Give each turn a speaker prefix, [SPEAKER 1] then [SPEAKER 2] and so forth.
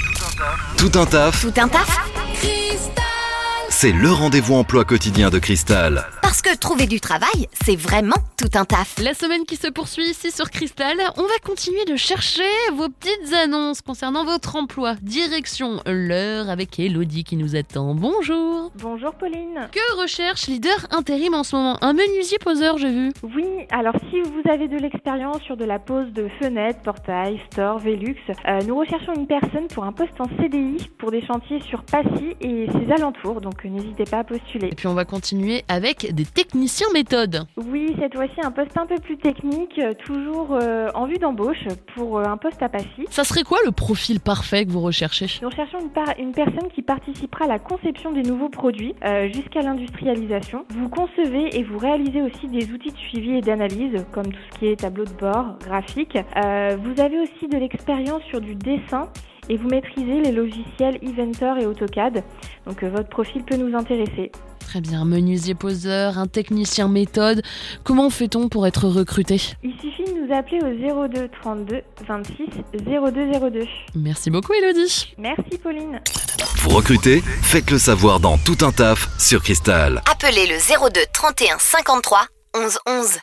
[SPEAKER 1] Tout un taf,
[SPEAKER 2] Tout un taf
[SPEAKER 1] c'est le rendez-vous emploi quotidien de Cristal.
[SPEAKER 2] Parce que trouver du travail, c'est vraiment tout un taf.
[SPEAKER 3] La semaine qui se poursuit ici sur Cristal, on va continuer de chercher vos petites annonces concernant votre emploi. Direction l'heure avec Elodie qui nous attend. Bonjour.
[SPEAKER 4] Bonjour Pauline.
[SPEAKER 3] Que recherche leader intérim en ce moment Un menuisier poseur, j'ai vu.
[SPEAKER 4] Oui, alors si vous avez de l'expérience sur de la pose de fenêtres, portails, stores, Velux, euh, nous recherchons une personne pour un poste en CDI pour des chantiers sur Passy et ses alentours, donc euh, n'hésitez pas à postuler.
[SPEAKER 3] Et puis on va continuer avec des techniciens méthodes.
[SPEAKER 4] Oui, cette fois-ci un poste un peu plus technique, euh, toujours euh, en vue d'embauche pour euh, un poste à Passy.
[SPEAKER 3] Ça serait quoi le profil parfait que vous recherchez
[SPEAKER 4] Nous recherchons une, par- une personne qui participera à la conception des nouveaux produits euh, jusqu'à l'industrialisation. Vous concevez et vous réalisez aussi des outils de suivi et d'analyse, comme tout ce qui est tableau de bord, graphique. Euh, vous avez aussi de l'expérience sur du dessin et vous maîtrisez les logiciels Inventor et AutoCAD. Donc euh, votre profil peut nous intéresser.
[SPEAKER 3] Très bien, menuisier poseur, un technicien méthode. Comment fait-on pour être recruté
[SPEAKER 4] Il suffit de nous appeler au 02 32 26 0202.
[SPEAKER 3] Merci beaucoup Elodie.
[SPEAKER 4] Merci Pauline.
[SPEAKER 1] Vous recrutez Faites le savoir dans Tout un taf sur Cristal.
[SPEAKER 2] Appelez le 02 31 53 11 11.